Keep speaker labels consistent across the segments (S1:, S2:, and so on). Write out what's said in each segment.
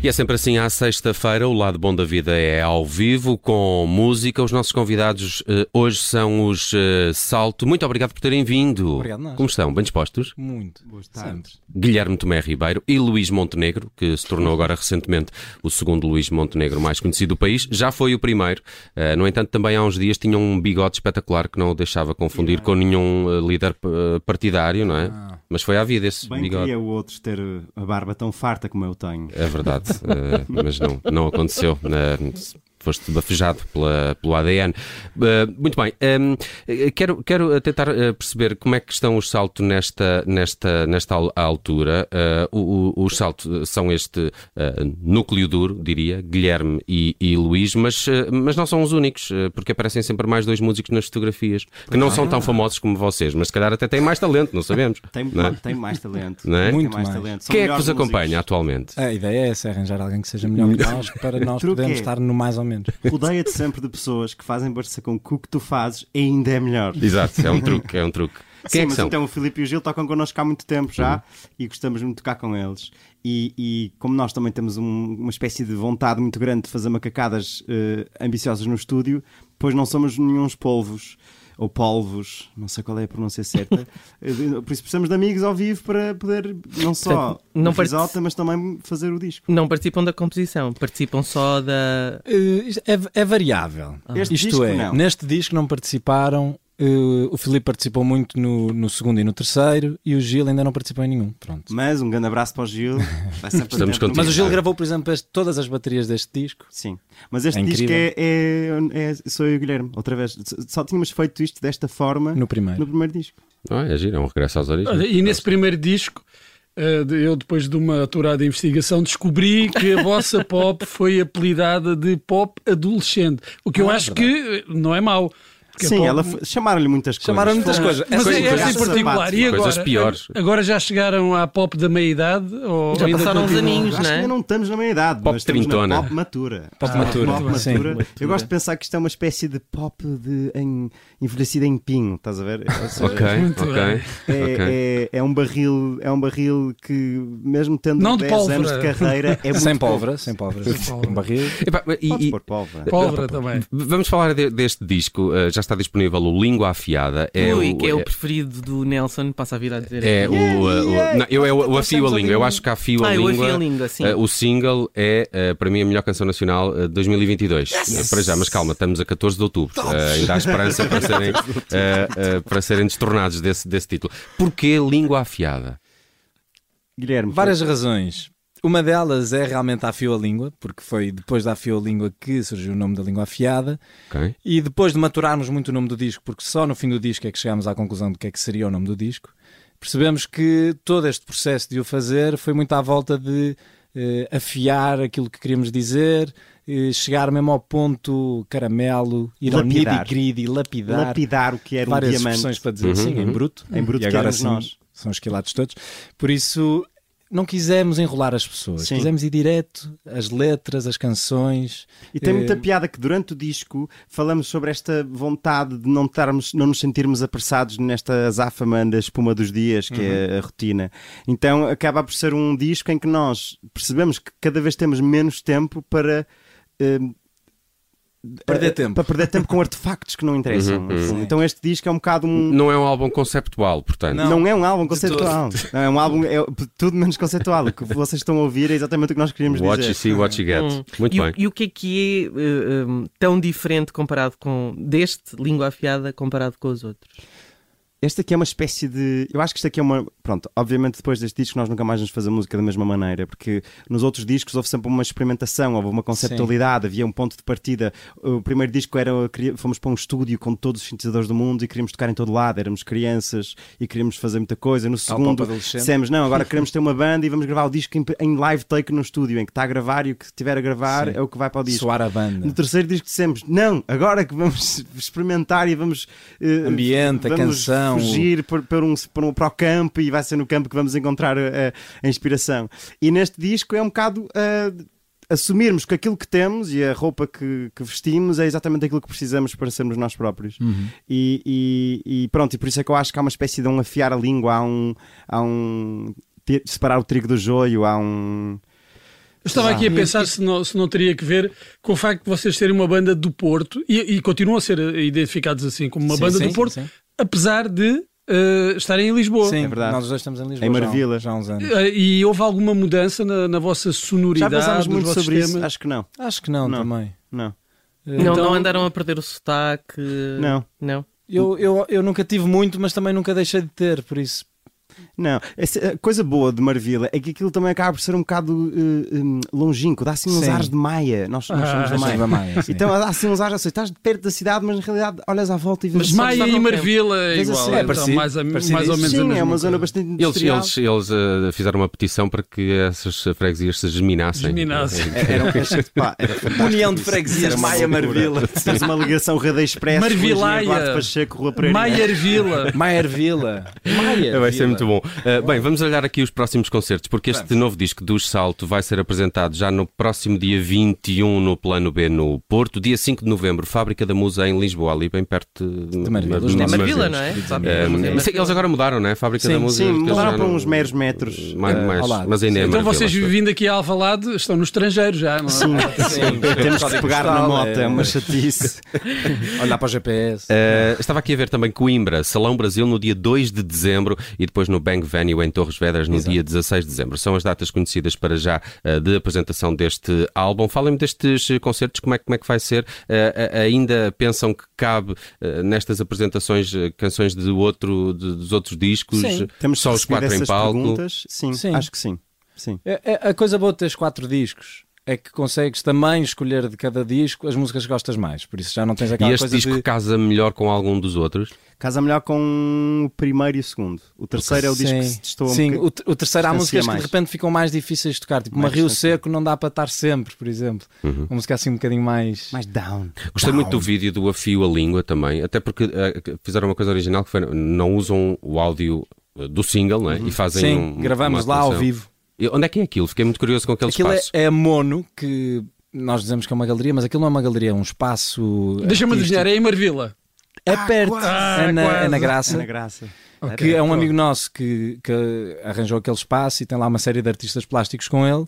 S1: E é sempre assim, à sexta-feira, o Lado Bom da Vida é ao vivo, com música. Os nossos convidados eh, hoje são os eh, Salto. Muito obrigado por terem vindo.
S2: Obrigado, nós.
S1: Como estão? Bem dispostos?
S2: Muito. Boas tardes.
S1: Guilherme Tomé Ribeiro e Luís Montenegro, que se tornou agora recentemente o segundo Luís Montenegro mais conhecido do país, já foi o primeiro. Eh, no entanto, também há uns dias tinha um bigode espetacular que não o deixava confundir com nenhum eh, líder eh, partidário, não é?
S2: Ah.
S1: Mas foi à vida esse
S3: Bem
S1: bigode.
S3: queria o outro ter uh, a barba tão farta como eu tenho.
S1: É verdade, eh, mas não, não aconteceu. eh, Foste bafejado pela, pelo ADN. Eh, muito bem, em, eh, quero, quero eh, tentar eh, perceber como é que estão os saltos nesta, nesta, nesta al- altura. Eh, o- o- os saltos são este eh, núcleo duro, diria, Guilherme e, e Luís, mas, eh, mas não são os únicos, eh, porque aparecem sempre mais dois músicos nas fotografias, que não são
S3: Ah.
S1: tão famosos como vocês, mas se calhar até têm mais talento, não sabemos.
S3: Tem,
S1: não é?
S3: tem mais talento.
S1: Não é?
S3: Tem
S2: Muito mais.
S3: talento. São
S1: Quem é que
S3: melhores
S1: vos acompanha
S3: músicos.
S1: atualmente?
S2: A ideia é essa, arranjar alguém que seja melhor que nós para nós
S3: Truque
S2: podermos
S3: é-
S2: estar no mais ou menos.
S3: Rodeia-te sempre de pessoas que fazem barça com que o que tu fazes ainda é melhor.
S1: Exato, é um truque, é um truque. Quem
S3: Sim,
S1: é que
S3: mas
S1: são? Uhum.
S3: então o Filipe e o Gil tocam connosco há muito tempo já e gostamos muito de tocar com eles. E, e como nós também temos um- uma espécie de vontade muito grande de fazer macacadas eh, ambiciosas no estúdio, pois não somos nenhuns polvos. Ou polvos, não sei qual é a pronúncia certa. Eh, Por isso precisamos de amigos ao vivo para poder não só
S4: Portanto, não
S3: a risota,
S4: parece-
S3: mas também fazer o disco.
S4: Não participam da composição, participam só da.
S2: Eh, isto é, é variável.
S3: Este
S2: Isto
S3: disco
S2: é,
S3: não.
S2: neste disco não participaram. eh, o Filipe participou muito no, no segundo e no terceiro e o Gil ainda não participou em nenhum. Pronto.
S3: Mas um grande abraço para o Gil. Vai sempre
S1: Estamos
S3: atento no
S1: contigo.
S2: Mas o Gil
S3: mercado.
S2: gravou, por exemplo, este- todas as baterias deste disco.
S3: Sim, mas este
S2: É
S3: disco
S2: incrível.
S3: é, é- é- Sou eu e o Guilherme, outra vez. Só tínhamos feito isto desta forma
S2: No primeiro.
S3: no primeiro disco.
S1: Ah, é giro, é um regresso às origens.
S5: Olha, e nesse primeiro disco, eh, de- eu depois de uma aturada investigação descobri que a vossa pop foi apelidada de pop adolescente, o
S2: Ah, é
S5: que eu acho que eh, não é mau. porque a
S3: Sim,
S5: pop-
S3: ela f- chamaram-lhe muitas
S2: Chamaram
S3: coisas.
S2: muitas coisas.
S5: Mas
S2: Essa-
S5: é esta em
S3: coisas-
S5: particular. E agora?
S1: Coisas piores.
S5: Agora já chegaram à pop da meia-idade? Ou
S4: Já
S5: ainda
S4: passaram uns
S5: continuam?
S4: aninhos,
S3: Acho que
S4: não é?
S3: ainda não estamos na meia idade,
S1: Pop
S3: mas estamos na
S1: trintona.
S3: pop matura.
S2: Pop
S3: Ah,
S2: matura,
S3: pop
S2: sim.
S3: matura.
S4: Matura.
S3: Eu gosto de pensar que isto é uma espécie de pop de, em, envelhecida em pinho, estás a ver? Ou seja,
S1: Ok,
S5: Muito
S1: ok.
S5: bem.
S3: É,
S1: ok.
S3: é- é um barril, é um barril que, mesmo tendo
S5: Não de
S3: 10
S5: pólvora.
S3: anos de carreira, é muito
S2: sem
S3: pouco.
S2: pólvora, sem pólvora.
S5: pólvora.
S2: Um barril.
S1: Epá, e-
S3: Podes
S1: e-
S3: pôr pólvora.
S5: Pólvora também.
S1: vamos falar de- deste disco. eh, já está disponível o Língua Afiada. É
S4: Ui, que é o
S1: é-
S4: preferido do Nelson, passa a vir a dizer. Hum.
S1: é o, eh, o- não, eu é o, o afio a língua. Eu acho que afio a
S4: Ah, eu
S1: língua.
S4: ouvi a língua, sim.
S1: eh, o single é, eh, para mim, a melhor canção nacional de 2022. Eh, para já, mas calma, estamos a 14 de outubro. Eh, ainda há esperança para serem, eh, eh, para serem destornados desse, desse título. Porquê Língua Afiada?
S3: Guilherme,
S2: Várias razões. Uma delas é realmente a afio a língua, porque foi depois da afio a língua que surgiu o nome da língua afiada.
S1: Ok?
S2: E depois de maturarmos muito o nome do disco, porque só no fim do disco é que chegámos à conclusão do que é que seria o nome do disco, percebemos que todo este processo de o fazer foi muito à volta de eh, afiar aquilo que queríamos dizer, eh, chegar mesmo ao ponto caramelo, ir ao
S3: Lapidar.
S2: nitty-gritty, lapidar.
S3: lapidar o que era um
S2: várias
S3: diamante.
S2: expressões para dizer assim, em bruto.
S3: Em bruto
S2: e
S3: que
S2: agora
S3: éramos
S2: sim,
S3: nós.
S2: são esquilados todos. Por isso, não quisemos enrolar as pessoas.
S3: Sim.
S2: Quisemos ir direto às letras, às canções.
S3: E tem
S2: Eh,
S3: muita piada que durante o disco falamos sobre esta vontade de não, estarmos, não nos sentirmos apressados nesta azáfama da espuma dos dias, que é a rotina. Então acaba por ser um disco em que nós percebemos que cada vez temos menos tempo para. eh,
S2: Perder
S3: eh,
S2: tempo.
S3: Para perder tempo com artefactos que não interessam. no fundo. Então este disco é um bocado um.
S1: Não é um álbum conceptual, portanto.
S3: Não, é um álbum
S2: de todo.
S3: conceitual. Não, é um álbum é tudo menos conceitual. O que vocês estão a ouvir é exatamente o que nós queríamos
S1: Watch
S3: dizer.
S1: you see, what you get.
S4: Hum.
S1: Muito
S4: e, o-
S1: bem.
S4: e o que é que é eh, um, tão diferente comparado com. deste, língua afiada, comparado com os outros?
S3: Este aqui é uma espécie de. Eu acho que isto aqui é uma. Pronto, obviamente depois deste disco nós nunca mais nos fazemos música da mesma maneira, porque nos outros discos houve sempre uma experimentação, houve uma conceptualidade, havia um ponto de partida. O primeiro disco era. queria- Fomos para um estúdio com todos os sintetizadores do mundo e queríamos tocar em todo lado, éramos crianças e queríamos fazer muita coisa. No segundo,
S2: adolescente.
S3: dissemos, não, agora queremos ter uma banda e vamos gravar o disco em, em live take no estúdio, em que está a gravar e o que estiver a gravar
S2: Sim.
S3: é o que vai para o disco.
S2: Soar a banda.
S3: No terceiro disco dissemos, não, agora que vamos experimentar e vamos. eh,
S2: Ambiente, a
S3: vamos
S2: canção,
S3: Fugir por, por um, por um- para o campo e vai ser no campo que vamos encontrar eh, a, inspiração. E neste disco é um bocado. eh, assumirmos que aquilo que temos e a roupa que, que vestimos é exatamente aquilo que precisamos para sermos nós próprios.
S2: Uhum.
S3: E, e- e pronto, e por isso é que eu acho que há uma espécie de um afiar a língua, há um. Há um ter- separar o trigo do joio, há um.
S5: Eu estava aqui a pensar se não, se não teria que ver com o facto de vocês serem uma banda do Porto e, e continuam a ser identificados assim como uma
S2: Sim,
S5: banda
S2: sim,
S5: do Porto,
S2: sim.
S5: apesar de eh, estarem em Lisboa.
S2: Sim,
S3: É verdade.
S2: nós os dois estamos em Lisboa.
S3: Em
S2: já há- um-
S3: Marvila.
S2: Já há uns anos.
S5: Eh, E houve alguma mudança na, na vossa
S3: Já
S5: sonoridade?
S3: pensámos
S5: nos
S3: muito
S5: vossos
S3: sobre isso?
S5: temas?
S3: Acho que não.
S2: Acho que não,
S3: Não.
S2: também.
S3: Não.
S4: Não,
S5: Então-
S4: não andaram a perder o sotaque?
S3: Não.
S4: Não.
S2: Eu, eu, eu nunca tive muito, mas também nunca deixei de ter, por isso.
S3: Não, Essa- a coisa boa de Marvila é que aquilo também acaba por ser um bocado eh, em, longínquo, dá assim uns
S2: Sim.
S3: ares de Maia. Nós, nós
S5: Ah,
S3: somos da
S5: sim.
S3: Maia.
S2: Da Maia, sim.
S3: Então dá assim uns ares assim, estás perto da cidade, mas na realidade olhas à volta e vês
S5: Mas
S4: Mas
S5: Maia
S4: sabes lá
S5: e
S4: não
S5: Marvila é
S3: Vês
S5: igual,
S3: assim,
S5: então,
S3: é parecido,
S5: mais, a-
S2: parecido
S5: mais ou
S2: isso.
S5: menos a
S3: Sim,
S5: mesma
S3: é uma zona
S5: coisa.
S3: bastante
S1: Eles,
S3: industrial.
S1: eles, eles eh, fizeram uma petição para que essas freguesias se geminassem.
S5: Geminassem.
S3: É- Era um conceito, pá, era fantástico
S2: União um de
S3: isso.
S2: freguesias,
S3: Era uma
S2: Maia
S3: loucura.
S2: Marvila.
S3: Tens uma ligação Rede Expresso,
S5: Marvilaia.
S3: Eduardo Pacheco, Rua Pereira. É
S5: Maiervila.
S2: Maiervila. Maia.
S1: Eh, Vai ser muito bom. Uh, bem, vamos olhar aqui os próximos concertos, porque este novo disco dos Salto vai ser apresentado já no próximo dia 21 no Plano B no Porto, dia 5 de novembro, Fábrica da Musa em Lisboa, ali bem perto de,
S2: De Marvila.
S1: dos
S4: É
S1: nossos
S4: Marvila,
S1: vizinhos.
S4: não é?
S1: Um,
S4: Marvila.
S1: sei que eles agora mudaram, não é? Fábrica
S2: Sim,
S1: da Musa.
S3: Sim,
S1: eles já
S3: mudaram para
S1: não-
S3: uns meros metros.
S1: Mais,
S2: eh,
S1: mais,
S2: ao lado.
S1: mas ainda é
S5: Então
S1: Marvila,
S5: vocês
S1: acho eu.
S5: vindo aqui a Alvalade estão no estrangeiro já, não é? Sim.
S2: Sim,
S3: Temos que pegar na moto, é uma chatice.
S2: Olhar para o GPS.
S1: Eh, estava aqui a ver também Coimbra, Salão Brasil no dia 2 de dezembro e depois no Bang Venue em Torres Vedras no dia 16 de dezembro. São as datas conhecidas para já eh, de apresentação deste álbum. Falem-me destes eh, concertos, como é, como é que vai ser? Eh, eh, ainda pensam que cabe eh, nestas apresentações eh, canções de outro, de- dos outros discos?
S2: Sim.
S3: Temos
S1: Só
S3: que
S1: os
S3: receber
S1: quatro em
S3: essas
S1: palco.
S3: perguntas. Sim,
S2: Sim.
S3: acho que sim. Sim.
S2: É- é- A coisa boa de teres quatro discos é que consegues também escolher de cada disco as músicas que gostas mais. Por isso já não tens aquela
S1: E este
S2: coisa
S1: disco
S2: de...
S1: casa melhor com algum dos outros?
S3: Casa melhor com o primeiro e o segundo. O terceiro é o disco que se destoa um
S2: Sim,
S3: bocadinho.
S2: o, te- o terceiro há
S3: distancia
S2: músicas
S3: mais.
S2: que de repente ficam mais difíceis de tocar. Tipo, uma
S3: Mais
S2: Rio
S3: distancia.
S2: Seco não dá para estar sempre, por exemplo. Uma música assim um bocadinho mais...
S3: Mais down.
S1: Gostei muito do
S3: Down.
S1: vídeo do Afio a Língua também, até porque eh, fizeram uma coisa original que foi não usam o áudio eh, do single, não é? E fazem
S2: Uhum. Sim,
S1: um-
S2: gravamos
S1: uma
S2: lá ao
S1: atuação.
S2: vivo.
S1: E onde é que é aquilo? Fiquei muito curioso com aquele
S2: Aquilo é,
S1: espaço.
S2: é mono, que nós dizemos que é uma galeria, mas aquilo não é uma galeria, é um espaço...
S5: Deixa-me
S2: artístico.
S5: adivinhar, é em Marvila.
S2: É perto, é, na,
S5: quase.
S2: é na Graça.
S3: Ana Graça.
S2: que é um amigo nosso que, que arranjou aquele espaço e tem lá uma série de artistas plásticos com ele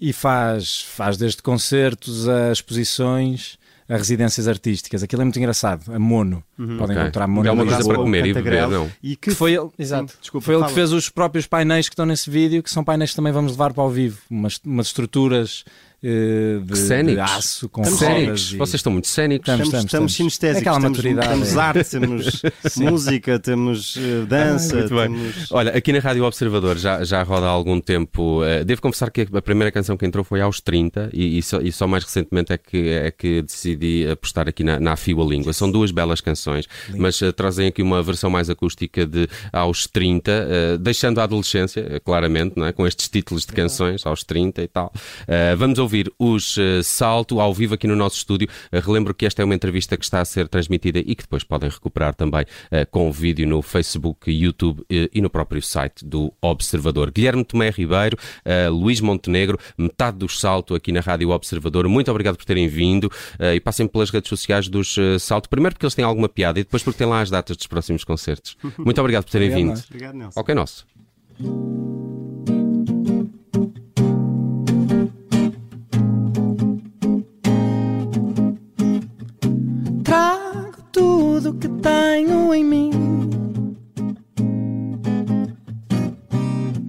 S2: e faz, faz desde concertos a exposições a residências artísticas. Aquilo é muito engraçado, a Mono. Podem
S1: Ok.
S2: encontrar Mono.
S1: É uma
S2: em
S1: coisa
S2: Lisboa.
S1: para comer e
S3: Cantagrel.
S1: beber, não?
S3: E que Hum,
S2: Que foi ele, exato.
S3: desculpa,
S2: foi ele que
S3: fala.
S2: fez os próprios painéis que estão nesse vídeo, que são painéis que também vamos levar para ao vivo. Umas, umas estruturas eh, de, de
S1: Cénicos.
S2: aço com rodas
S1: Cénicos,
S2: e-
S1: vocês estão muito cénicos.
S2: Estamos,
S3: Estamos, estamos,
S2: estamos.
S3: sinestésicos,
S2: É aquela
S3: temos,
S2: maturidade, Ah,
S3: temos
S2: é.
S3: arte, temos música, temos eh, dança,
S1: Muito bem.
S3: temos...
S1: Olha, aqui na Rádio Observador já, já roda há algum tempo. eh, devo confessar que a primeira canção que entrou foi aos 30 e, e só, e só mais recentemente é que, é que decidi apostar aqui na, na Afio a Língua. São duas belas canções, mas eh, trazem aqui uma versão mais acústica de aos 30, eh, deixando a adolescência, eh, claramente, não é? com estes títulos de canções, aos 30 e tal. Eh, vamos ouvir os eh, Salto ao vivo aqui no nosso estúdio. Eh, relembro que esta é uma entrevista que está a ser transmitida e que depois podem recuperar também eh, com o vídeo no Facebook, YouTube eh, e no próprio site do Observador. Guilherme Tomé Ribeiro, eh, Luís Montenegro, metade do Salto aqui na Rádio Observador. Muito obrigado por terem vindo eh, e passem pelas redes sociais dos eh, Salto. Primeiro porque eles têm alguma piada e depois porque têm lá as datas dos próximos concertos. Muito obrigado por terem
S2: Obrigado,
S1: vindo.
S3: Obrigado, Nelson.
S1: Ok, nosso.
S6: Trago tudo que tenho em mim.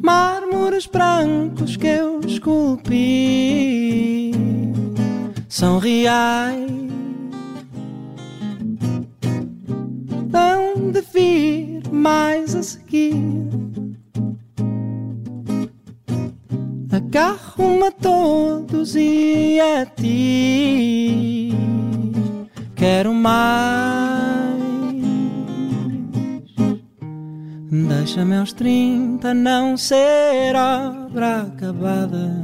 S6: Mármores brancos que eu esculpi são reais. Não de vir mais a seguir. Agarro-me a todos e a ti. Quero mais. Deixa-me aos 30 não ser obra acabada.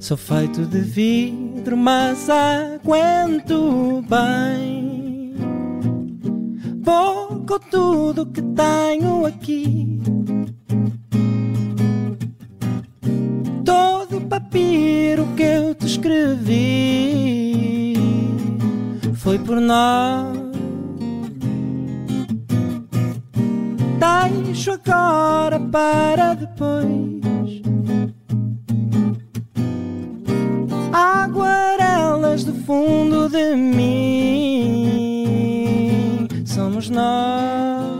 S6: Sou feito de vidro, mas aguento bem. Vou com tudo que tenho aqui. todo papel
S2: escrevi foi por nós. Deixo agora para depois. Aguarelas do fundo de mim somos nós.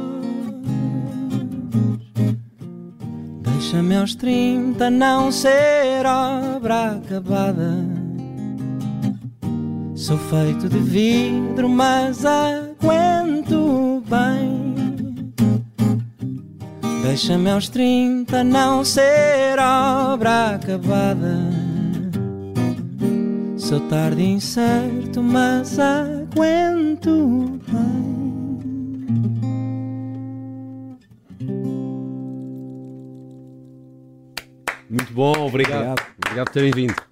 S2: Deixa-me aos 30 não ser obra acabada. Sou feito de vidro, mas aguento bem. Deixa-me aos 30 não ser obra acabada. Sou tarde e incerto, mas aguento bem.
S1: Muito bom, obrigado. Obrigado por terem vindo.